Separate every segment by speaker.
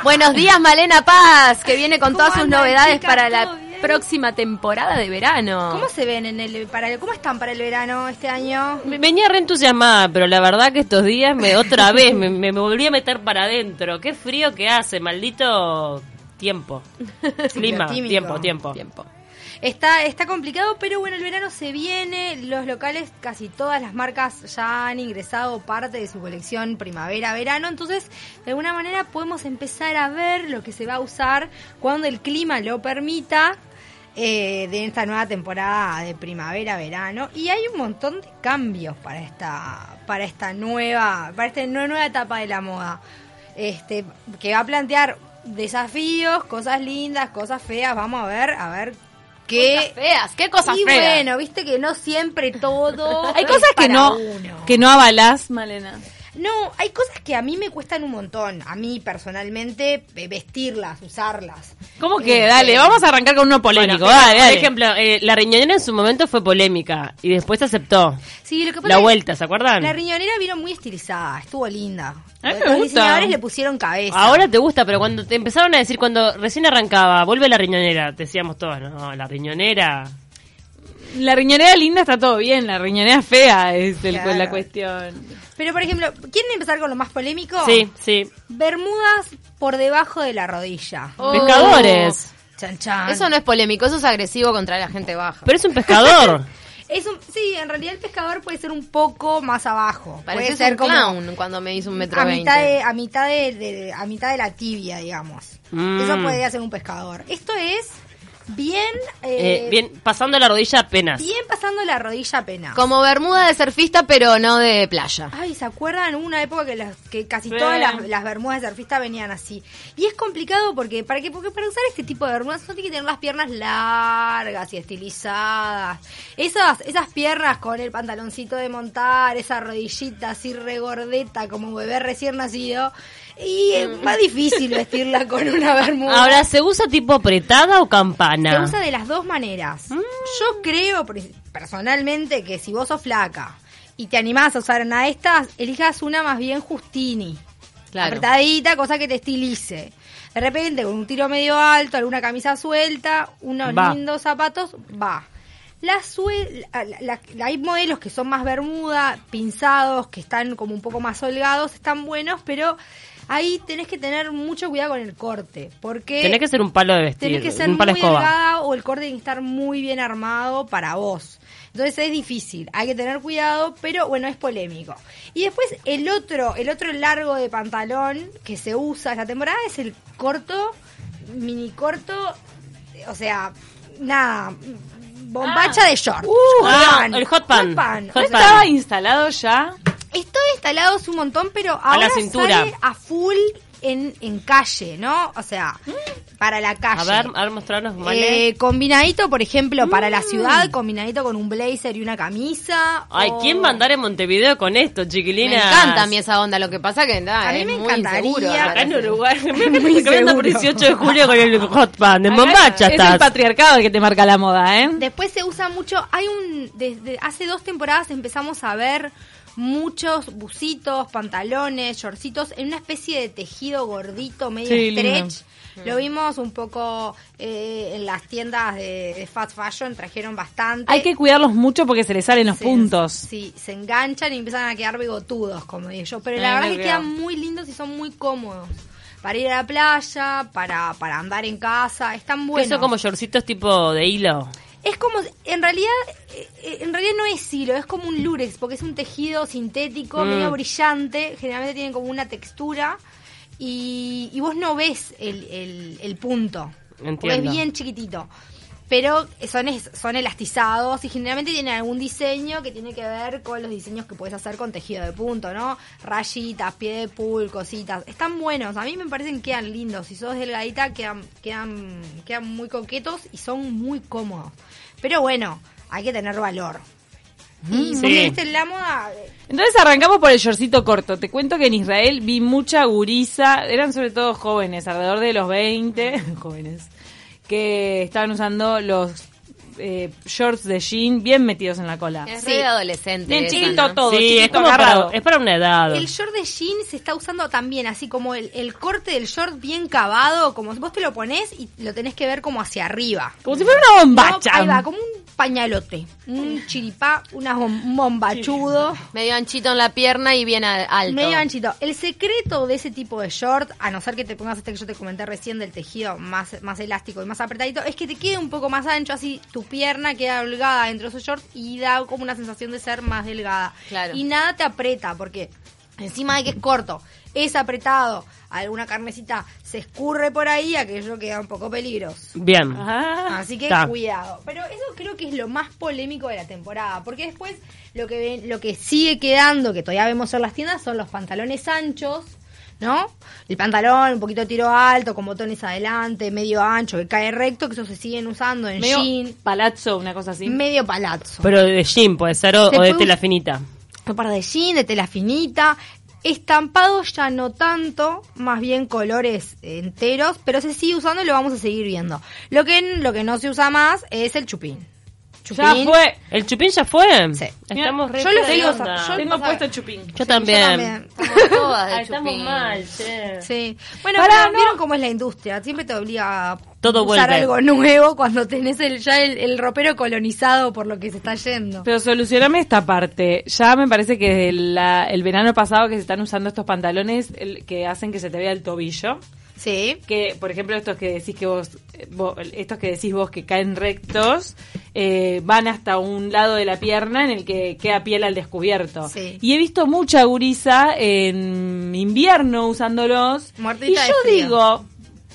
Speaker 1: Buenos días, Malena Paz, que viene con
Speaker 2: ¿Cómo
Speaker 1: todas sus
Speaker 2: andan,
Speaker 1: novedades
Speaker 2: chicas?
Speaker 1: para la
Speaker 2: ¿Todo bien?
Speaker 1: próxima temporada de verano.
Speaker 2: ¿Cómo se ven en el para el- cómo están para el verano este año?
Speaker 3: Venía re entusiasmada, pero la verdad que estos días me otra vez me, me volví a meter para adentro. Qué frío que hace, maldito tiempo. Clima,
Speaker 2: tímico.
Speaker 3: tiempo, tiempo.
Speaker 1: Tiempo.
Speaker 2: Está está complicado, pero bueno, el verano se viene, los locales, casi todas las marcas ya han ingresado parte de su colección primavera-verano, entonces de alguna manera podemos empezar a ver lo que se va a usar cuando el clima lo permita. eh, de esta nueva temporada de primavera-verano y hay un montón de cambios para esta para esta nueva para esta nue- nueva etapa de la moda este que va a plantear desafíos cosas lindas cosas feas vamos a ver a ver
Speaker 1: Qué
Speaker 2: qué
Speaker 1: feas, qué cosas
Speaker 2: y
Speaker 1: feas.
Speaker 2: bueno viste que no siempre todo
Speaker 4: Hay
Speaker 2: es
Speaker 4: cosas que
Speaker 2: para
Speaker 4: no,
Speaker 2: uno.
Speaker 4: que no avalás, Malena.
Speaker 2: No, hay cosas que a mí me cuestan un montón, a mí personalmente, eh, vestirlas, usarlas.
Speaker 4: ¿Cómo que?
Speaker 2: Eh,
Speaker 4: dale,
Speaker 2: eh,
Speaker 4: vamos a arrancar con uno
Speaker 3: Bueno,
Speaker 4: polémico.
Speaker 3: pero,
Speaker 4: dale, dale.
Speaker 3: Por ejemplo, eh, la riñonera en su momento fue polémica y después se aceptó.
Speaker 2: Sí, lo que pasa
Speaker 3: La
Speaker 2: es-
Speaker 3: vuelta, ¿se acuerdan?
Speaker 2: La riñonera vino muy estilizada, estuvo linda.
Speaker 3: A mí me
Speaker 2: Los
Speaker 3: gusta. Ah,
Speaker 2: diseñadores le pusieron cabeza.
Speaker 3: Ahora te gusta, pero cuando te empezaron a decir, cuando recién arrancaba, vuelve la riñonera, decíamos todos, no, la riñonera.
Speaker 4: La riñonera linda está todo bien, la riñonera fea es el-
Speaker 2: Claro.
Speaker 4: la cuestión.
Speaker 2: Pero por ejemplo, ¿quieren empezar con lo más polémico?
Speaker 3: Sí, sí.
Speaker 2: Bermudas por debajo de la rodilla.
Speaker 1: Oh.
Speaker 3: Pescadores.
Speaker 2: Chan chan.
Speaker 1: Eso no es polémico, eso es agresivo contra la gente baja.
Speaker 3: Pero es un pescador.
Speaker 2: Es un- sí, en realidad el pescador puede ser un poco más abajo.
Speaker 1: Pareces
Speaker 2: puede ser
Speaker 1: un
Speaker 2: como
Speaker 1: clown cuando me hizo un metro
Speaker 2: a mitad
Speaker 1: veinte.
Speaker 2: de a mitad de, de- a mitad de la tibia, digamos.
Speaker 3: Mm.
Speaker 2: Eso podría ser un pescador. Esto es bien eh,
Speaker 3: Eh, bien, pasando la rodilla apenas.
Speaker 2: bien pasando la rodilla apenas.
Speaker 1: Como bermuda de surfista, pero no de playa.
Speaker 2: Ay, ¿se acuerdan? Hubo una época que, las- que casi
Speaker 3: Sí.
Speaker 2: todas las, las bermudas de surfista venían así. Y es complicado porque para qué? porque para usar este tipo de bermudas uno tiene que tener las piernas largas y estilizadas. Esas, esas piernas con el pantaloncito de montar, esa rodillita así regordeta como bebé recién nacido. Y es más difícil vestirla con una bermuda.
Speaker 3: Ahora, ¿se usa tipo apretada o campana?
Speaker 2: Se usa de las dos
Speaker 3: Mm.
Speaker 2: maneras. Yo creo pr- personalmente que si vos sos flaca y te animás a usar una de estas, elijas una más bien Justini.
Speaker 1: Claro.
Speaker 2: Apretadita, cosa que te estilice. De repente, con un tiro medio alto, alguna camisa suelta, unos
Speaker 3: Va.
Speaker 2: lindos zapatos, va. La sue- la- la- la- hay modelos que son más bermuda, pinzados, que están como un poco más holgados, están buenos, pero ahí tenés que tener mucho cuidado con el corte. Porque
Speaker 3: Tenés que ser un palo de vestir,
Speaker 2: Tenés que ser
Speaker 3: un
Speaker 2: muy
Speaker 3: palo de escoba.
Speaker 2: delgada o el corte tiene que estar muy bien armado para vos. Entonces es difícil, hay que tener cuidado, pero bueno, es polémico. Y después el otro, el otro largo de pantalón que se usa esta temporada es el corto, mini corto, o sea, nada, bombacha de short. Uh, Hot
Speaker 3: ah,
Speaker 2: pan,
Speaker 3: el hot pan,
Speaker 2: pan.
Speaker 3: hot
Speaker 4: ¿No
Speaker 2: O sea,
Speaker 3: pan.
Speaker 4: estaba instalado ya?
Speaker 2: Esto instalado es un montón, pero ahora
Speaker 3: la cintura.
Speaker 2: sale a full en, en calle, ¿no? O sea, para la calle.
Speaker 3: Mm. A ver, a ver, mostrarnos, Male.
Speaker 2: Eh, combinadito, por ejemplo, para
Speaker 3: Mm.
Speaker 2: la ciudad, combinadito con un blazer y una camisa.
Speaker 3: Ay,
Speaker 2: o-
Speaker 3: ¿quién va a andar en Montevideo con esto, chiquilina?
Speaker 1: Me encanta a mí esa onda, lo que pasa que da,
Speaker 2: A mí
Speaker 1: es
Speaker 2: me
Speaker 1: muy
Speaker 2: encantaría.
Speaker 1: inseguro. me
Speaker 2: Acá
Speaker 3: Acá en
Speaker 1: parece.
Speaker 3: Uruguay, me anda por 18 de julio con el hot pan, en
Speaker 4: Acá
Speaker 3: bombacha
Speaker 4: es el
Speaker 3: estás.
Speaker 4: patriarcado el que te marca la moda, ¿eh?
Speaker 2: Después se usa mucho, hay un, desde hace dos temporadas empezamos a ver muchos bucitos, pantalones, shortcitos, en una especie de tejido gordito, medio
Speaker 4: Sí,
Speaker 2: stretch.
Speaker 4: lindo.
Speaker 2: Lo vimos un poco eh, en las tiendas de, de fast fashion, trajeron bastante.
Speaker 4: Hay que cuidarlos mucho porque se les salen los
Speaker 2: se-
Speaker 4: puntos.
Speaker 2: Sí, se enganchan y empiezan a quedar bigotudos, como digo yo. Pero
Speaker 4: Ay,
Speaker 2: la verdad
Speaker 4: no
Speaker 2: es que
Speaker 4: creo.
Speaker 2: quedan muy lindos y son muy cómodos. Para ir a la playa, para, para andar en casa, están buenos.
Speaker 3: Eso como yorcitos tipo de hilo.
Speaker 2: Es como, en realidad, eh, eh, en realidad no es hilo, es como un lurex, porque es un tejido sintético,
Speaker 3: Mm.
Speaker 2: medio brillante, generalmente tienen como una textura y, y vos no ves el, el- el punto, porque es
Speaker 3: Entiendo.
Speaker 2: bien chiquitito. Pero son, es- son elastizados y generalmente tienen algún diseño que tiene que ver con los diseños que puedes hacer con tejido de punto, ¿no? Rayitas, pie de pool, cositas. Están buenos, a mí me parecen que quedan lindos. Si sos delgadita, quedan, quedan, quedan muy coquetos y son muy cómodos. Pero bueno, hay que tener valor. Y
Speaker 3: Mm, Sí.
Speaker 2: porque, viste, en la moda. eh,
Speaker 4: Entonces arrancamos por el shortcito corto. Te cuento que en Israel vi mucha guriza, eran sobre todo jóvenes, alrededor de los 20, jóvenes, que estaban usando los eh, shorts de jean bien metidos en la cola.
Speaker 1: Es
Speaker 2: Sí.
Speaker 1: re de adolescente.
Speaker 4: Bien
Speaker 1: esa,
Speaker 4: chiquito
Speaker 1: ¿no?
Speaker 4: todo,
Speaker 3: sí,
Speaker 4: chiquito
Speaker 3: es como para,
Speaker 4: agarrado.
Speaker 3: es para una edad.
Speaker 2: El short de jean se está usando también, así como el, el corte del short bien cavado, como vos te lo pones y lo tenés que ver como hacia arriba.
Speaker 4: Como si fuera una bombacha.
Speaker 2: No, ahí va, como un pañalote, un chiripá, una bom- un bombachudo.
Speaker 1: Medio anchito en la pierna y bien a- alto.
Speaker 2: Medio anchito. El secreto de ese tipo de short, a no ser que te pongas este que yo te comenté recién del tejido más, más elástico y más apretadito, es que te quede un poco más ancho, así tu pierna queda holgada dentro de esos shorts y da como una sensación de ser más delgada.
Speaker 1: Claro.
Speaker 2: Y nada te aprieta, porque encima de que es corto, es apretado, alguna carnecita se escurre por ahí, aquello queda un poco peligroso.
Speaker 3: Bien.
Speaker 4: Ah,
Speaker 2: Así que
Speaker 3: está.
Speaker 2: cuidado. Pero eso creo que es lo más polémico de la temporada. Porque después lo que ven, lo que sigue quedando, que todavía vemos en las tiendas, son los pantalones anchos, ¿no? El pantalón, un poquito tiro alto, con botones adelante, medio ancho, que cae recto, que eso se siguen usando en
Speaker 4: medio
Speaker 2: jean,
Speaker 4: palazzo, una cosa así.
Speaker 2: medio palazzo.
Speaker 3: Pero de jean puede ser o,
Speaker 2: Se
Speaker 3: o de
Speaker 2: puede
Speaker 3: tela
Speaker 2: us-
Speaker 3: finita.
Speaker 2: Ropa de jean, de tela finita. Estampado ya no tanto, más bien colores eh, enteros, pero se sigue usando y lo vamos a seguir viendo. Lo que, lo que no se usa más es el chupín.
Speaker 4: ya
Speaker 2: Chupín.
Speaker 4: fue.
Speaker 3: ¿El chupín ya fue?
Speaker 2: Sí.
Speaker 3: Estamos re
Speaker 2: Yo lo
Speaker 3: fuera de
Speaker 2: sigo
Speaker 3: onda.
Speaker 2: usando. Yo-
Speaker 4: Tengo
Speaker 2: Pasa-
Speaker 4: puesto chupín.
Speaker 3: Yo también.
Speaker 2: Yo también.
Speaker 1: Como todas de
Speaker 3: Ah, estamos
Speaker 1: chupín.
Speaker 3: mal, che.
Speaker 2: Sí. Bueno,
Speaker 4: Pará,
Speaker 2: pero
Speaker 4: no.
Speaker 2: vieron cómo es la industria. Siempre te obliga a
Speaker 3: Todo
Speaker 2: usar
Speaker 3: vuelve.
Speaker 2: algo nuevo cuando tenés el, ya el, el ropero colonizado por lo que se está yendo.
Speaker 4: Pero solucioname esta parte. Ya me parece que desde la- el verano pasado que se están usando estos pantalones el- que hacen que se te vea el tobillo.
Speaker 2: sí.
Speaker 4: que por ejemplo estos que decís que vos, eh, vos- estos que decís vos que caen rectos eh, van hasta un lado de la pierna en el que queda piel al descubierto
Speaker 2: Sí.
Speaker 4: y he visto mucha guriza en invierno usándolos
Speaker 2: Muertita
Speaker 4: y
Speaker 2: de
Speaker 4: yo
Speaker 2: frío.
Speaker 4: digo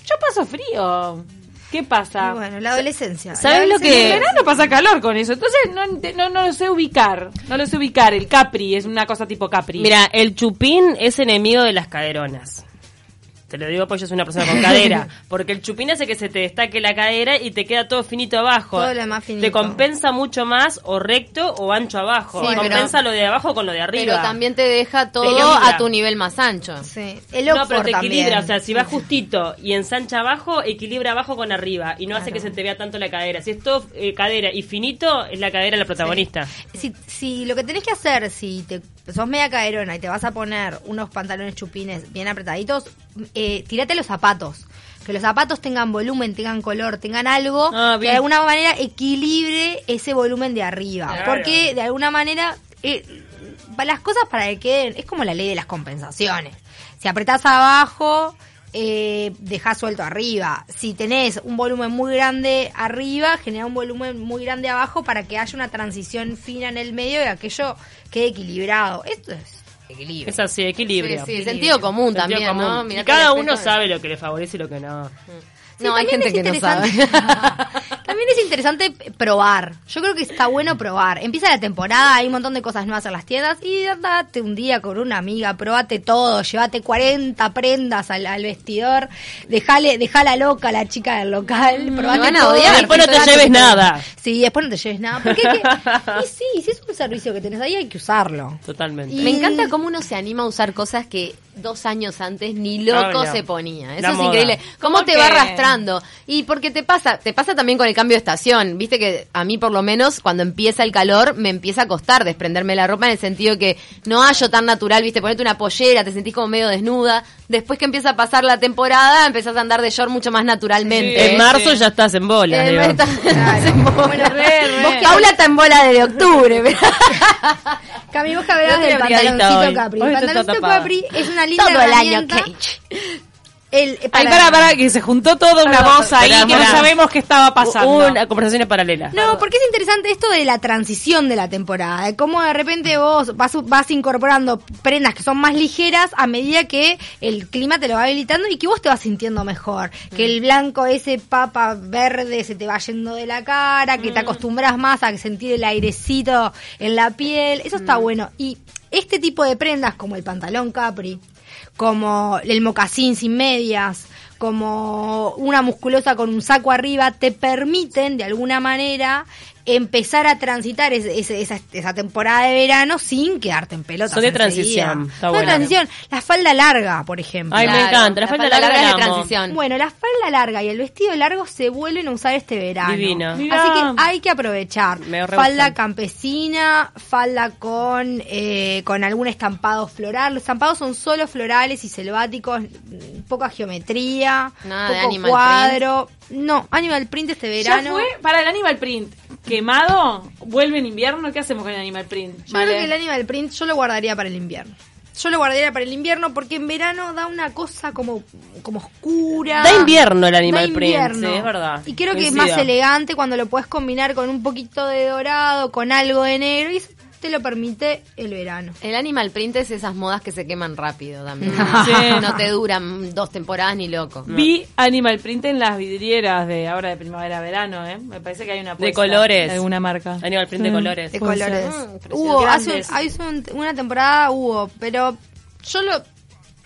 Speaker 4: yo paso frío qué pasa
Speaker 2: Y bueno, la adolescencia.
Speaker 4: ¿Sabes
Speaker 2: La
Speaker 4: lo que? En
Speaker 2: adolescencia-
Speaker 4: verano pasa calor con eso, entonces no, ent- no, no lo sé ubicar, no lo sé ubicar, el capri es una cosa tipo capri.
Speaker 3: Mira, el chupín es enemigo de las caderonas. Te lo digo porque yo soy una persona con cadera. Porque el chupín hace que se te destaque la cadera y te queda todo finito abajo.
Speaker 2: Todo lo más finito.
Speaker 3: Te compensa mucho más o recto o ancho abajo.
Speaker 1: Sí, pero-
Speaker 3: compensa lo de abajo con lo de arriba.
Speaker 1: Pero también te deja todo
Speaker 3: Equilibra.
Speaker 1: a tu nivel más ancho.
Speaker 2: Sí. El
Speaker 3: no, pero
Speaker 2: Oxford
Speaker 3: te equilibra,
Speaker 2: también.
Speaker 3: o sea, si va justito y ensancha abajo, equilibra abajo con arriba y no hace que se te vea tanto la cadera. Si es todo eh, cadera y finito, es la cadera la protagonista.
Speaker 2: si, si lo que tenés que hacer, si te sos media caderona y te vas a poner unos pantalones chupines bien apretaditos, eh, tirate los zapatos. Que los zapatos tengan volumen, tengan color, tengan algo
Speaker 3: Ah,
Speaker 2: que
Speaker 3: bien.
Speaker 2: de alguna manera equilibre ese volumen de arriba.
Speaker 3: Claro.
Speaker 2: Porque de alguna manera eh, pa- las cosas para que queden, es como la ley de las compensaciones. Si apretás abajo, eh, dejás suelto arriba. Si tenés un volumen muy grande arriba, genera un volumen muy grande abajo para que haya una transición fina en el medio y aquello quede equilibrado. Esto es equilibrio.
Speaker 3: Es así, equilibrio.
Speaker 1: Sí, sí, sentido común
Speaker 3: Sentido
Speaker 1: también,
Speaker 3: común.
Speaker 1: ¿no?
Speaker 3: Y
Speaker 1: Mirate
Speaker 3: cada
Speaker 1: la
Speaker 3: uno
Speaker 1: foto.
Speaker 3: sabe lo que le favorece y lo que no.
Speaker 2: Sí,
Speaker 1: No, hay
Speaker 2: también
Speaker 1: gente que
Speaker 2: es
Speaker 1: no sabe.
Speaker 2: interesante- también es interesante probar. Yo creo que está bueno probar. Empieza la temporada, hay un montón de cosas nuevas en las tiendas y andate un día con una amiga, probate todo, llévate 40 prendas al, al vestidor, dejale, dejala loca a la chica del local, probate
Speaker 1: Mm, van a
Speaker 2: todo.
Speaker 1: odiar,
Speaker 3: después no te
Speaker 2: Probate
Speaker 3: lleves
Speaker 2: todo.
Speaker 3: nada.
Speaker 2: Sí, después no te lleves nada. Porque hay que- y sí, si es un servicio que tenés ahí hay que usarlo.
Speaker 3: Totalmente.
Speaker 1: Me encanta cómo uno se anima a usar cosas que dos años antes ni loco
Speaker 3: Obvio.
Speaker 1: se ponía. Eso
Speaker 3: La
Speaker 1: es
Speaker 3: moda.
Speaker 1: increíble. ¿Cómo,
Speaker 4: ¿Cómo
Speaker 1: te
Speaker 4: que?
Speaker 1: va arrastrando? Y porque te pasa, te pasa también con el cambio de estación. Viste que a mí por lo menos cuando empieza el calor me empieza a costar desprenderme la ropa en el sentido que no hallo tan natural, viste, ponerte una pollera, te sentís como medio desnuda. Después que empieza a pasar la temporada, empezás a andar de short mucho más naturalmente.
Speaker 4: Sí,
Speaker 3: En marzo
Speaker 4: sí.
Speaker 3: ya estás en bola.
Speaker 1: Eh,
Speaker 3: digo.
Speaker 1: me está- se mola.
Speaker 4: Bueno, re, re.
Speaker 1: Vos, Paula está en bola de octubre. pero-
Speaker 2: Cami, vos que hablabas
Speaker 4: Yo estoy
Speaker 2: del
Speaker 4: abrigadita hoy.
Speaker 2: pantaloncito Capri.
Speaker 4: Hoy
Speaker 2: El
Speaker 4: estoy
Speaker 2: pantaloncito
Speaker 4: tapada.
Speaker 2: Capri es una linda
Speaker 1: Todo el año,
Speaker 2: herramienta.
Speaker 1: Cage.
Speaker 2: El,
Speaker 4: Ay, para, para, que se juntó toda una
Speaker 3: Perdón,
Speaker 4: voz ahí
Speaker 3: pará,
Speaker 4: que no
Speaker 3: pará.
Speaker 4: sabemos qué estaba pasando.
Speaker 3: Una conversación paralela.
Speaker 2: No, porque es interesante esto de la transición de la temporada, de cómo de repente vos vas, vas incorporando prendas que son más ligeras a medida que el clima te lo va habilitando y que vos te vas sintiendo mejor, que el blanco ese papa verde se te va yendo de la cara, que te acostumbras más a sentir el airecito en la piel, eso está bueno. Y este tipo de prendas como el pantalón capri, como el mocasín sin medias, como una musculosa con un saco arriba, te permiten de alguna manera empezar a transitar ese- ese- esa, esa temporada de verano sin quedarte en pelotas.
Speaker 3: Son de
Speaker 2: enseguida.
Speaker 3: transición, está
Speaker 2: Son de
Speaker 3: buena.
Speaker 2: transición. La falda larga, por ejemplo.
Speaker 3: Ay, me encanta, la falda larga
Speaker 1: es
Speaker 3: la
Speaker 1: de
Speaker 3: amo.
Speaker 1: transición.
Speaker 2: Bueno, la falda larga y el vestido largo se vuelven a usar este verano.
Speaker 3: Divino.
Speaker 2: Así
Speaker 4: Mirá.
Speaker 2: que hay que aprovechar.
Speaker 3: Me re
Speaker 2: Falda
Speaker 3: gustan.
Speaker 2: campesina, falda con, eh, con algún estampado floral. Los estampados son solo florales y selváticos, mm, poca geometría,
Speaker 1: Nada de
Speaker 2: poco
Speaker 1: animal
Speaker 2: cuadro. No, Animal Print este verano.
Speaker 4: Ya fue para el Animal Print. Quemado, vuelve en invierno, ¿qué hacemos con el Animal Print?
Speaker 2: Yo creo que el Animal Print yo lo guardaría para el invierno. Yo lo guardaría para el invierno porque en verano da una cosa como, como oscura.
Speaker 3: Da invierno el Animal
Speaker 2: Da
Speaker 3: Print,
Speaker 2: invierno.
Speaker 3: sí, es verdad.
Speaker 2: Y creo que es
Speaker 3: Coincido.
Speaker 2: más elegante cuando lo puedes combinar con un poquito de dorado, con algo de negro y eso te lo permite el verano.
Speaker 1: El animal print es esas modas que se queman rápido también.
Speaker 4: Sí.
Speaker 1: No te duran dos temporadas ni loco.
Speaker 4: Vi Animal Print en las vidrieras de ahora de primavera-verano, ¿eh? Me parece que hay una
Speaker 3: De
Speaker 4: apuesta
Speaker 3: colores.
Speaker 4: de alguna marca.
Speaker 3: Animal Print de
Speaker 4: Sí.
Speaker 3: colores.
Speaker 2: De
Speaker 4: Puede ser.
Speaker 2: colores.
Speaker 1: Mm,
Speaker 2: hubo, hace,
Speaker 4: Grandes.
Speaker 2: un- hay un- una temporada hubo, pero yo lo...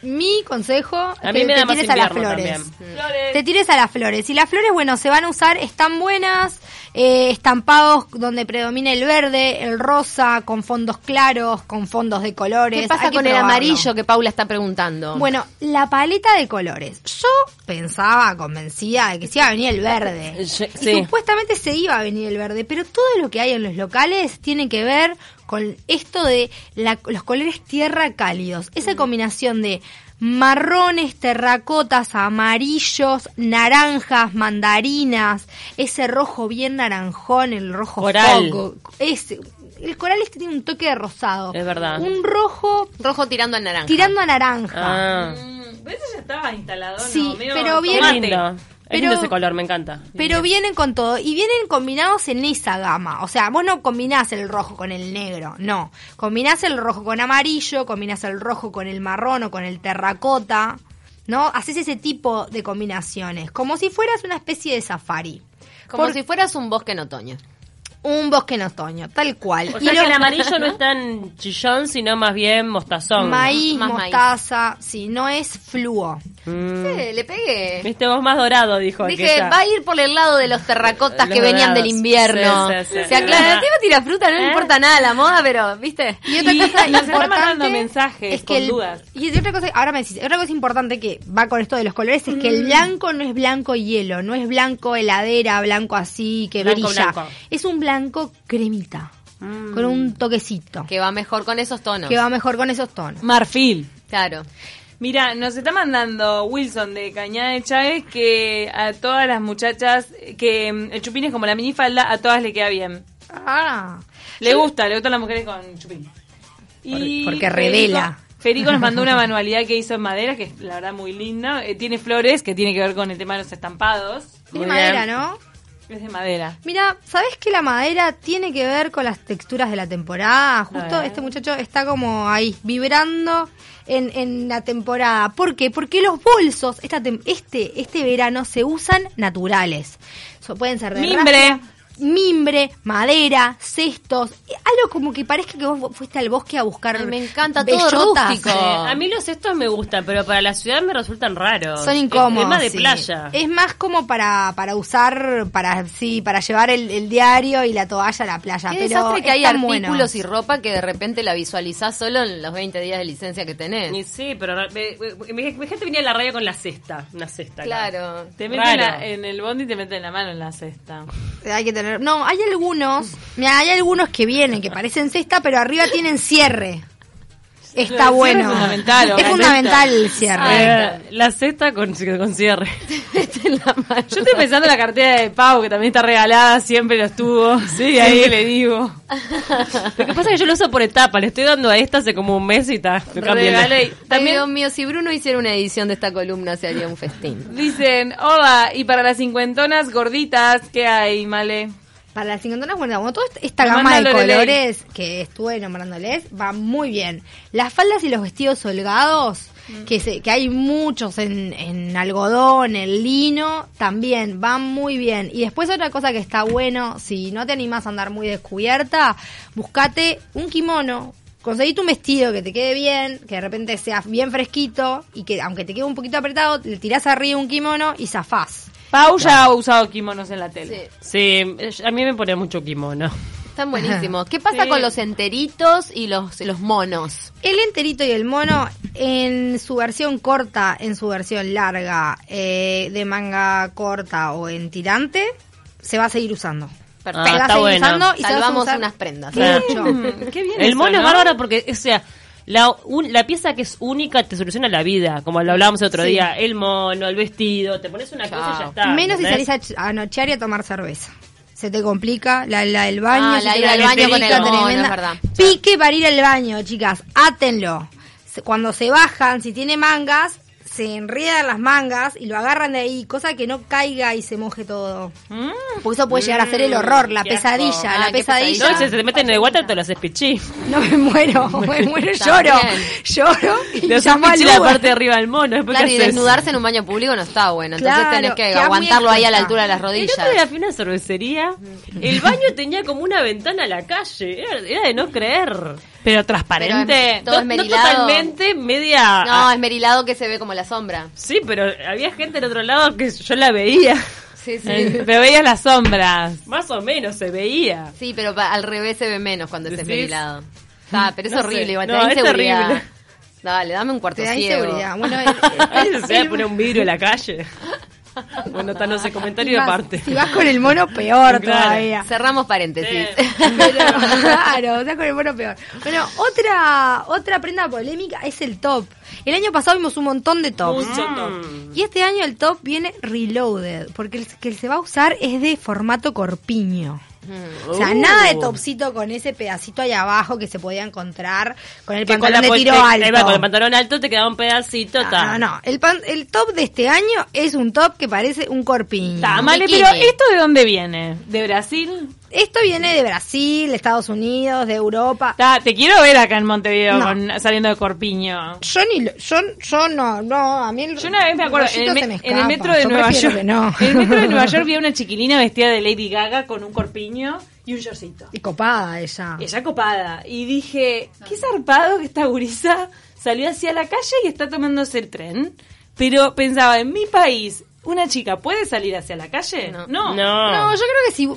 Speaker 2: Mi consejo es
Speaker 3: A mí
Speaker 2: que
Speaker 3: me
Speaker 2: te
Speaker 3: da más
Speaker 2: tires a las
Speaker 3: invierno
Speaker 2: flores.
Speaker 3: también.
Speaker 4: Flores.
Speaker 2: Te tires a las flores. Y las flores, bueno, se van a usar, están buenas, eh, estampados donde predomina el verde, el rosa, con fondos claros, con fondos de colores.
Speaker 1: ¿Qué
Speaker 2: Hay
Speaker 1: pasa
Speaker 2: que
Speaker 1: con el
Speaker 2: probarlo.
Speaker 1: amarillo que Paula está preguntando?
Speaker 2: Bueno, la paleta de colores. Yo pensaba convencida de que se iba a venir el verde.
Speaker 3: Eh, sí.
Speaker 2: Y supuestamente se iba a venir el verde, pero todo lo que hay en los locales tiene que ver con esto de la- los colores tierra cálidos. Esa combinación de marrones, terracotas, amarillos, naranjas, mandarinas, ese rojo bien naranjón, el rojo
Speaker 3: Coral.
Speaker 2: foco, ese- el coral este tiene un toque de rosado.
Speaker 3: Es verdad.
Speaker 2: Un rojo
Speaker 1: rojo tirando a naranja.
Speaker 2: tirando a naranja.
Speaker 3: Ah,
Speaker 4: Mm, pero eso ya estaba instalado, ¿no?
Speaker 2: Sí,
Speaker 4: Medio
Speaker 2: pero bien-
Speaker 4: tomate.
Speaker 3: lindo. Es lindo
Speaker 2: Pero-
Speaker 3: ese color, me encanta.
Speaker 2: Pero vienen con todo y vienen combinados en esa gama. O sea, vos no combinás el rojo con el negro, no. Combinás el rojo con amarillo, combinás el rojo con el marrón o con el terracota, ¿no? Haces ese tipo de combinaciones, como si fueras una especie de safari.
Speaker 1: Como
Speaker 2: Por
Speaker 1: si fueras un bosque en otoño.
Speaker 2: un bosque en otoño, tal cual.
Speaker 3: O
Speaker 2: Y
Speaker 3: sea que
Speaker 2: los-
Speaker 3: el amarillo no es tan chillón, sino más bien mostazón.
Speaker 2: maíz,
Speaker 1: Más maíz.
Speaker 2: mostaza, sí, no es fluo.
Speaker 3: Mm.
Speaker 1: Sí, Eh, le pegué.
Speaker 3: Viste vos más dorado, dijo
Speaker 1: Dije,
Speaker 3: aquella.
Speaker 1: va a ir por el lado de los terracotas
Speaker 3: Los
Speaker 1: que venían
Speaker 3: dorados.
Speaker 1: del invierno.
Speaker 3: Sí, sí, sí.
Speaker 1: Se aclara, el tema tira fruta, no
Speaker 3: ¿Eh?
Speaker 1: le importa nada la moda, pero, ¿viste?
Speaker 2: Y otra
Speaker 4: Y
Speaker 2: cosa
Speaker 4: nos están
Speaker 2: importante
Speaker 4: mandando mensajes
Speaker 2: es que
Speaker 4: con
Speaker 2: el-
Speaker 4: dudas.
Speaker 2: Y de otra cosa, ahora me decís, otra cosa importante que va con esto de los colores es que el blanco no es blanco hielo, no es blanco heladera, blanco así que
Speaker 3: Blanco,
Speaker 2: brilla.
Speaker 3: blanco.
Speaker 2: Es un blanco cremita, con un toquecito,
Speaker 1: Que va mejor con esos tonos.
Speaker 2: que va mejor con esos tonos.
Speaker 4: Marfil.
Speaker 1: Claro.
Speaker 4: Mira, nos está mandando Wilson de Cañada de Chávez que a todas las muchachas, que mm, el chupín es como la minifalda, a todas le queda bien.
Speaker 2: Ah,
Speaker 4: Le gusta, le gustan las mujeres con chupín.
Speaker 2: Por- porque revela.
Speaker 4: Federico- Federico nos mandó una manualidad que hizo en madera, que es la verdad muy linda. Eh, tiene flores, que tiene que ver con el tema de los estampados.
Speaker 2: es
Speaker 3: Muy
Speaker 2: madera,
Speaker 3: bien.
Speaker 2: ¿no?
Speaker 4: Es de madera.
Speaker 2: Mira, ¿sabés que la madera tiene que ver con las texturas de la temporada? Justo
Speaker 4: Ah.
Speaker 2: este muchacho está como ahí, vibrando en, en la temporada. ¿Por qué? Porque los bolsos esta tem- este, este verano se usan naturales. So- pueden ser de
Speaker 4: Mimbre.
Speaker 2: raso, mimbre, madera, cestos, eh, algo como que parezca que vos fuiste al bosque a buscar
Speaker 1: Ay, me encanta, todo
Speaker 2: bellotas.
Speaker 1: rústico.
Speaker 3: Eh, a mí los estos me gustan, pero para la ciudad me resultan raros.
Speaker 2: Son
Speaker 3: Es-
Speaker 2: incómodos.
Speaker 3: Es más de
Speaker 2: sí.
Speaker 3: playa.
Speaker 2: Es más como para, para usar, para sí, para llevar el, el diario y la toalla a la playa.
Speaker 1: Qué
Speaker 2: pero
Speaker 1: desastre que hay
Speaker 2: están
Speaker 1: artículos
Speaker 2: buenos.
Speaker 1: y ropa que de repente la visualizás solo en los 20 días de licencia que tenés.
Speaker 3: Y sí, pero ra- me- me- me- mi gente venía a la radio con la cesta, una cesta. acá.
Speaker 1: Claro.
Speaker 4: Te meten
Speaker 3: Raro.
Speaker 4: la- en el bondi y te meten la mano en la cesta.
Speaker 2: Hay que tener. No, hay algunos. Mira, hay algunos que vienen, que parecen cesta, pero arriba tienen cierre.
Speaker 4: Lo del
Speaker 2: Está
Speaker 4: cierre
Speaker 2: bueno.
Speaker 4: es fundamental,
Speaker 2: Es
Speaker 4: obviamente.
Speaker 2: fundamental el
Speaker 1: Ah,
Speaker 2: cierre.
Speaker 3: Eh, la cesta con, con cierre.
Speaker 1: La mano.
Speaker 4: Yo estoy pensando en la cartera de Pau, que también está regalada, siempre lo estuvo. Sí, ahí le digo.
Speaker 3: Lo que pasa es que yo lo uso por etapa, le estoy dando a esta hace como un mes y está. lo cambié.
Speaker 4: Regalé.
Speaker 1: Ay,
Speaker 4: También
Speaker 1: Dios mío, si Bruno hiciera una edición de esta columna, se haría un festín.
Speaker 4: dicen, hola, y para las cincuentonas gorditas, ¿qué hay, Male?
Speaker 2: Para las cincuentonas, bueno, como toda esta
Speaker 4: Lo
Speaker 2: gama de
Speaker 4: manda Lorelei.
Speaker 2: colores que estuve nombrándoles, va muy bien. Las faldas y los vestidos holgados,
Speaker 4: Mm.
Speaker 2: que, se- que hay muchos en, en algodón, en lino, también van muy bien. Y después otra cosa que está bueno, si no te animas a andar muy descubierta, buscate un kimono conseguite un vestido que te quede bien, que de repente sea bien fresquito y que aunque te quede un poquito apretado, le tirás arriba un kimono y zafás.
Speaker 4: Pau ya ha usado kimonos en la tele.
Speaker 3: Sí, a mí me pone mucho kimono.
Speaker 1: Están buenísimos. ¿Qué pasa
Speaker 4: Sí.
Speaker 1: con los enteritos y los, los monos?
Speaker 2: El enterito y el mono en su versión corta, en su versión larga, eh, de manga corta o en tirante, se va a seguir usando.
Speaker 1: Perfecto.
Speaker 2: se va
Speaker 3: Ah,
Speaker 2: a
Speaker 3: está
Speaker 2: seguir
Speaker 3: bueno.
Speaker 2: usando y se va a
Speaker 1: Salvamos
Speaker 2: usar
Speaker 1: unas prendas.
Speaker 2: mucho.
Speaker 4: Mm, qué bien
Speaker 3: El
Speaker 4: eso,
Speaker 3: mono es
Speaker 4: ¿no?
Speaker 3: bárbaro porque, o sea, la, un- la pieza que es única te soluciona la vida, como lo hablábamos el otro día. El mono, el vestido, te pones una
Speaker 1: Chao.
Speaker 3: cosa y ya está.
Speaker 2: Menos si
Speaker 3: ¿entendés?
Speaker 2: salís a, ch- a nochear y a tomar cerveza. Se te complica la, la del baño.
Speaker 1: Ah,
Speaker 2: se
Speaker 1: la
Speaker 2: te
Speaker 1: ida al
Speaker 2: complica
Speaker 1: baño con el
Speaker 2: tremenda.
Speaker 1: mono, es verdad.
Speaker 2: Pique para ir al baño, chicas. Átenlo. Se- Cuando se bajan, si tiene mangas, se enriedan las mangas y lo agarran de ahí, cosa que no caiga y se moje todo. Porque eso puede llegar a ser el horror, la
Speaker 3: Mm. qué asco.
Speaker 2: pesadilla,
Speaker 1: Ah,
Speaker 2: la
Speaker 1: qué
Speaker 2: pesadilla.
Speaker 1: pesadilla.
Speaker 3: No, si se te meten en el water, te lo haces pichí.
Speaker 2: No me muero, me muero, lloro.
Speaker 1: También.
Speaker 2: Lloro y
Speaker 3: Te haces
Speaker 2: llamo al
Speaker 3: pichí la
Speaker 2: Uber.
Speaker 3: parte de arriba del mono. después
Speaker 1: Claro,
Speaker 3: ¿qué
Speaker 1: y
Speaker 3: haces?
Speaker 1: desnudarse en un baño público no está bueno. Entonces
Speaker 2: Claro,
Speaker 1: tenés que
Speaker 2: quedás muy
Speaker 1: aguantarlo ahí a la
Speaker 2: expuesta.
Speaker 1: altura de las
Speaker 3: El
Speaker 1: rodillas.
Speaker 3: otro día fui a una cervecería. El baño tenía como una ventana a la calle. Era, era de no creer.
Speaker 4: Pero
Speaker 1: Pero
Speaker 4: transparente.
Speaker 1: es- todo
Speaker 3: No- no,
Speaker 1: esmerilado.
Speaker 3: totalmente, media.
Speaker 1: No, esmerilado que se ve como la sombra.
Speaker 3: Sí, pero había gente del otro lado que yo la veía.
Speaker 1: Sí, sí.
Speaker 4: Eh, Pero veías las sombras.
Speaker 3: Más o menos se veía.
Speaker 1: Sí, pero pa- al revés se ve menos cuando es
Speaker 3: ¿Decís?
Speaker 1: esmerilado. Ah, pero es
Speaker 3: No sé.
Speaker 1: horrible, igual te
Speaker 3: No,
Speaker 1: da
Speaker 3: es
Speaker 1: inseguridad.
Speaker 3: terrible.
Speaker 1: Dale, dame un cuarto
Speaker 2: Te da
Speaker 1: ciego.
Speaker 2: inseguridad. Bueno, el- el-
Speaker 3: Ahí se puede poner un vidrio en la calle. Bueno, está no sé, comentario
Speaker 2: y
Speaker 3: de
Speaker 2: más,
Speaker 3: parte.
Speaker 2: Si vas con el mono, peor
Speaker 3: Claro.
Speaker 2: todavía.
Speaker 1: Cerramos paréntesis.
Speaker 2: Pero, claro, está con el mono peor. Bueno, otra, otra prenda polémica es el top. El año pasado vimos un montón de tops. Y este año el top viene reloaded, porque el que se va a usar es de formato corpiño.
Speaker 3: Mm.
Speaker 2: O sea, nada
Speaker 3: Uh.
Speaker 2: de topsito con ese pedacito ahí abajo que se podía encontrar con el
Speaker 3: Que con la
Speaker 2: pantalón de
Speaker 3: pol-
Speaker 2: tiro
Speaker 3: te-
Speaker 2: alto. Ah,
Speaker 3: ahí va, con el pantalón alto te quedaba un pedacito.
Speaker 2: No,
Speaker 3: ta.
Speaker 2: no, no. El, pan- el top de este año es un top que parece un corpiño.
Speaker 4: Está mal,
Speaker 1: Bikini.
Speaker 4: pero ¿esto de dónde viene? Mm. ¿De Brasil?
Speaker 2: Esto viene de Brasil, de Estados Unidos, de Europa.
Speaker 4: Ta, te quiero ver acá en Montevideo
Speaker 2: No.
Speaker 4: con- saliendo de Corpiño.
Speaker 2: Yo ni lo- yo, yo no, no, a mí el
Speaker 4: Yo una vez me
Speaker 2: el
Speaker 4: acuerdo, en
Speaker 2: rollito
Speaker 4: el, me-
Speaker 2: se me
Speaker 4: en el
Speaker 2: escapa.
Speaker 4: metro de
Speaker 2: Yo
Speaker 4: Nueva
Speaker 2: prefiero
Speaker 4: York.
Speaker 2: que no.
Speaker 4: En el metro de Nueva York vi a una chiquilina vestida de Lady Gaga con un corpiño y un shortcito.
Speaker 2: Y copada ella.
Speaker 4: Y Ella copada. Y dije, qué zarpado que esta gurisa salió hacia la calle y está tomándose el tren. Pero pensaba, en mi país, ¿una chica puede salir hacia la calle? No.
Speaker 3: No.
Speaker 2: No, yo creo que si no,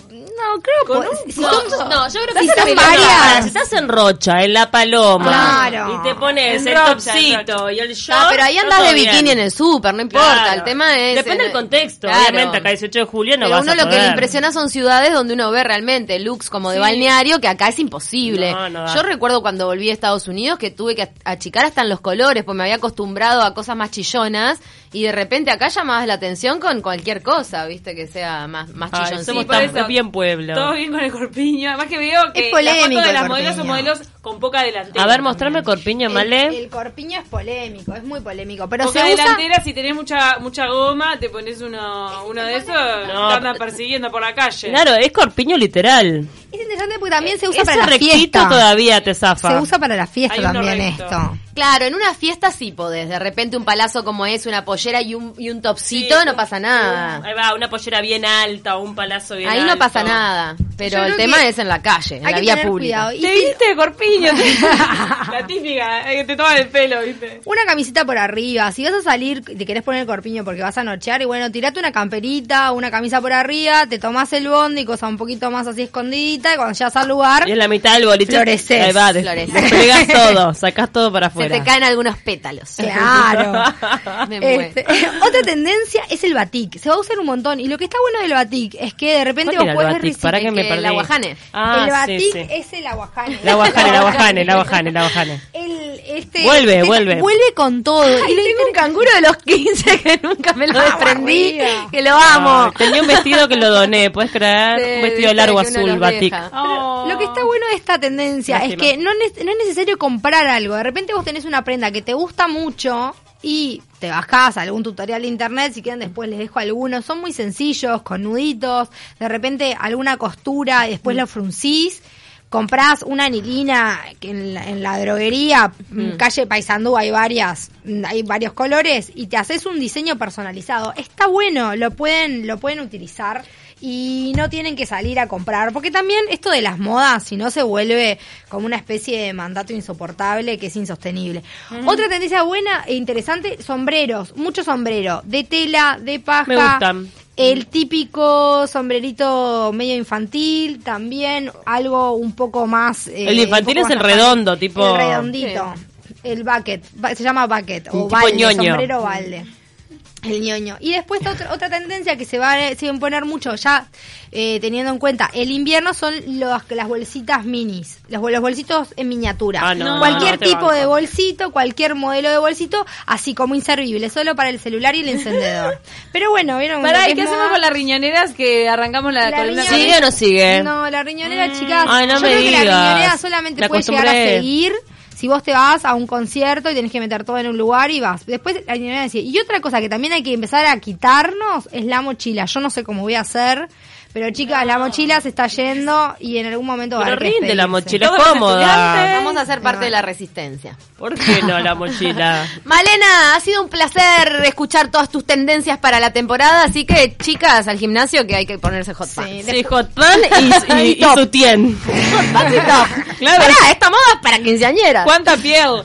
Speaker 2: creo
Speaker 4: Con
Speaker 2: que
Speaker 4: un
Speaker 2: si
Speaker 4: poco.
Speaker 2: son-
Speaker 1: No, yo creo que
Speaker 2: Si
Speaker 1: está
Speaker 2: son
Speaker 1: bien.
Speaker 2: varias.
Speaker 3: Si estás en Rocha, en La Paloma,
Speaker 2: Claro.
Speaker 3: y te pones
Speaker 4: En
Speaker 3: el
Speaker 4: Rocha, en
Speaker 3: topsito y el short.
Speaker 1: Ah, pero ahí andas
Speaker 3: todo
Speaker 1: de
Speaker 3: bien.
Speaker 1: bikini en el súper, no importa.
Speaker 3: Claro.
Speaker 1: El tema es. eh,
Speaker 3: Depende del contexto.
Speaker 1: Claro.
Speaker 3: Obviamente, acá 18 de julio no
Speaker 1: Pero
Speaker 3: vas
Speaker 1: uno
Speaker 3: a
Speaker 1: lo que le
Speaker 3: poder.
Speaker 1: impresiona son ciudades donde uno ve realmente looks como de
Speaker 4: Sí.
Speaker 1: balneario, que acá es imposible.
Speaker 3: No, no da.
Speaker 1: Yo recuerdo cuando volví a Estados Unidos que tuve que achicar hasta en los colores, porque me había acostumbrado a cosas más chillonas y de repente acá llamabas la atención con cualquier cosa, viste, que sea más, más
Speaker 3: Ay,
Speaker 1: chilloncito.
Speaker 3: somos
Speaker 4: por
Speaker 3: tan
Speaker 4: eso.
Speaker 3: bien pueblo.
Speaker 4: Todo bien con el corpiño. Además que veo que
Speaker 2: Es polémico
Speaker 4: las fotos de
Speaker 2: el
Speaker 4: las modelos son
Speaker 2: corpiño.
Speaker 4: modelos con poca delantera.
Speaker 3: A ver, mostrame Corpiño,
Speaker 2: El,
Speaker 3: Male.
Speaker 2: el corpiño es polémico, es muy polémico, pero
Speaker 4: Poca
Speaker 2: se usa
Speaker 4: delantera, si tenés mucha mucha goma, te pones uno, uno de esos, te andan persiguiendo por la calle.
Speaker 3: Claro, es Corpiño literal.
Speaker 2: es interesante porque también se usa
Speaker 3: Ese
Speaker 2: para la
Speaker 3: rectito
Speaker 2: fiesta.
Speaker 3: todavía te zafa.
Speaker 2: Se usa para la fiesta
Speaker 4: Hay uno
Speaker 2: también
Speaker 4: recto.
Speaker 2: esto.
Speaker 1: Claro, en una fiesta sí podés. De repente un palazo como es, una pollera y un, y un topsito,
Speaker 3: Sí, Uh,
Speaker 1: no
Speaker 3: un-
Speaker 1: pasa nada.
Speaker 3: un- Ahí va, una pollera bien alta o un palazo bien
Speaker 1: Ah. Ahí
Speaker 3: alto.
Speaker 1: no pasa nada.
Speaker 2: Yo
Speaker 1: Pero
Speaker 2: creo
Speaker 1: el tema
Speaker 2: que
Speaker 1: es en la calle, en
Speaker 2: Hay
Speaker 1: la
Speaker 2: que
Speaker 1: vía
Speaker 2: tener
Speaker 1: pública.
Speaker 2: cuidado. Y
Speaker 4: Te
Speaker 2: si-
Speaker 4: viste de corpiño. Te- la típica, eh, que te toman el pelo, viste.
Speaker 2: Una camisita por arriba, si vas a salir, te querés poner el corpiño porque vas a nochear, y bueno, tirate una camperita, una camisa por arriba, te tomás el bondi, cosa un poquito más así escondidita, y cuando llegas al lugar,
Speaker 3: Y en la mitad del boliche.
Speaker 2: Floreces.
Speaker 3: Ahí va, des-
Speaker 1: Floreces.
Speaker 3: desplegás todo, sacás todo para
Speaker 1: Se
Speaker 3: afuera.
Speaker 1: te caen algunos pétalos.
Speaker 2: claro.
Speaker 1: Me muero.
Speaker 2: Este, otra tendencia es el batik, se va a usar un montón, y lo que está bueno del batik es que de repente
Speaker 3: ¿Cuál
Speaker 2: vos
Speaker 3: era el
Speaker 2: podés
Speaker 3: batik? Pará que me
Speaker 1: que
Speaker 3: perdí.
Speaker 1: la guajane.
Speaker 3: Ah,
Speaker 2: el
Speaker 3: sí,
Speaker 2: batik
Speaker 3: sí.
Speaker 2: es el aguajane.
Speaker 3: La guajane, la guajane, la guajane, la guajane.
Speaker 2: El, este,
Speaker 3: Vuelve,
Speaker 2: este-
Speaker 3: vuelve.
Speaker 2: Vuelve con todo. y lo
Speaker 1: tengo un canguro de los 15 que nunca me lo
Speaker 2: Ah,
Speaker 1: desprendí,
Speaker 2: guarda.
Speaker 1: que lo amo.
Speaker 3: Ay, tenía un vestido que lo doné, ¿puedes creer?
Speaker 1: Sí,
Speaker 3: un
Speaker 1: viste
Speaker 3: vestido largo
Speaker 1: que uno
Speaker 3: azul,
Speaker 1: los
Speaker 3: batik. Ah.
Speaker 1: deja.
Speaker 2: Pero lo que está bueno de esta tendencia
Speaker 3: Lástima.
Speaker 2: es que no, ne- no es necesario comprar algo. De repente vos tenés una prenda que te gusta mucho y te bajás algún tutorial de internet. Si quieren, después les dejo algunos. Son muy sencillos, con nuditos. De repente alguna costura, y después lo fruncís. Comprás una anilina que en la, en la droguería, en calle Paisandú, hay varias, hay varios colores, y te haces un diseño personalizado. Está bueno, lo pueden, lo pueden utilizar y no tienen que salir a comprar. Porque también esto de las modas, si no, se vuelve como una especie de mandato insoportable que es insostenible. Otra tendencia buena e interesante, sombreros. Mucho sombrero. De tela, de paja.
Speaker 3: Me gustan.
Speaker 2: El típico sombrerito medio infantil, también algo un poco más... eh,
Speaker 3: El infantil
Speaker 2: un poco más
Speaker 3: es el
Speaker 2: nafán.
Speaker 3: redondo, tipo-
Speaker 2: El redondito. El bucket. ba- Se llama bucket. O
Speaker 3: Tipo
Speaker 2: balde,
Speaker 3: ñoño.
Speaker 2: sombrero balde. El ñoño. Y después está otra, otra tendencia que se va a se va a imponer mucho, ya eh, teniendo en cuenta el invierno, son los, las bolsitas minis, los, bol- los bolsitos en miniatura.
Speaker 3: Ah, no,
Speaker 2: cualquier
Speaker 3: no te
Speaker 2: tipo
Speaker 3: banco.
Speaker 2: de bolsito, cualquier modelo de bolsito, así como inservible, solo para el celular y el encendedor. Pero bueno, ¿vieron?
Speaker 4: Pará,
Speaker 2: lo que
Speaker 4: ¿y qué
Speaker 2: es
Speaker 4: hacemos
Speaker 2: moda?
Speaker 4: con las riñoneras que arrancamos la,
Speaker 2: La
Speaker 4: columna?
Speaker 2: riñonera-
Speaker 4: Sí,
Speaker 3: ¿Sigue o no sigue?
Speaker 2: No, la riñonera, chicas.
Speaker 3: Mm. Ay, no
Speaker 2: yo
Speaker 3: me
Speaker 2: creo que la
Speaker 3: digas.
Speaker 2: riñonera solamente
Speaker 3: La
Speaker 2: puede llegar a
Speaker 3: acostumbré.
Speaker 2: seguir si vos te vas a un concierto y tenés que meter todo en un lugar y vas. Después la riñonera decía. Y otra cosa que también hay que empezar a quitarnos es la mochila. Yo no sé cómo voy a hacer. Pero chicas, la mochila se está yendo y en algún momento va a
Speaker 3: Pero
Speaker 2: haber que
Speaker 3: rinde la
Speaker 2: despedirse.
Speaker 3: mochila, es
Speaker 4: Todos los
Speaker 3: cómoda.
Speaker 4: estudiantes.
Speaker 1: Vamos a ser parte de la resistencia.
Speaker 3: ¿Por qué no la mochila?
Speaker 1: Malena, ha sido un placer escuchar todas tus tendencias para la temporada, así que chicas al gimnasio que hay que ponerse hot pants.
Speaker 3: Sí, hot pan y, y,
Speaker 1: Y
Speaker 3: y
Speaker 1: top.
Speaker 3: su tien.
Speaker 1: Hot pants y top.
Speaker 3: Claro.
Speaker 1: Pará, esta moda es para quinceañeras.
Speaker 4: ¿Cuánta piel?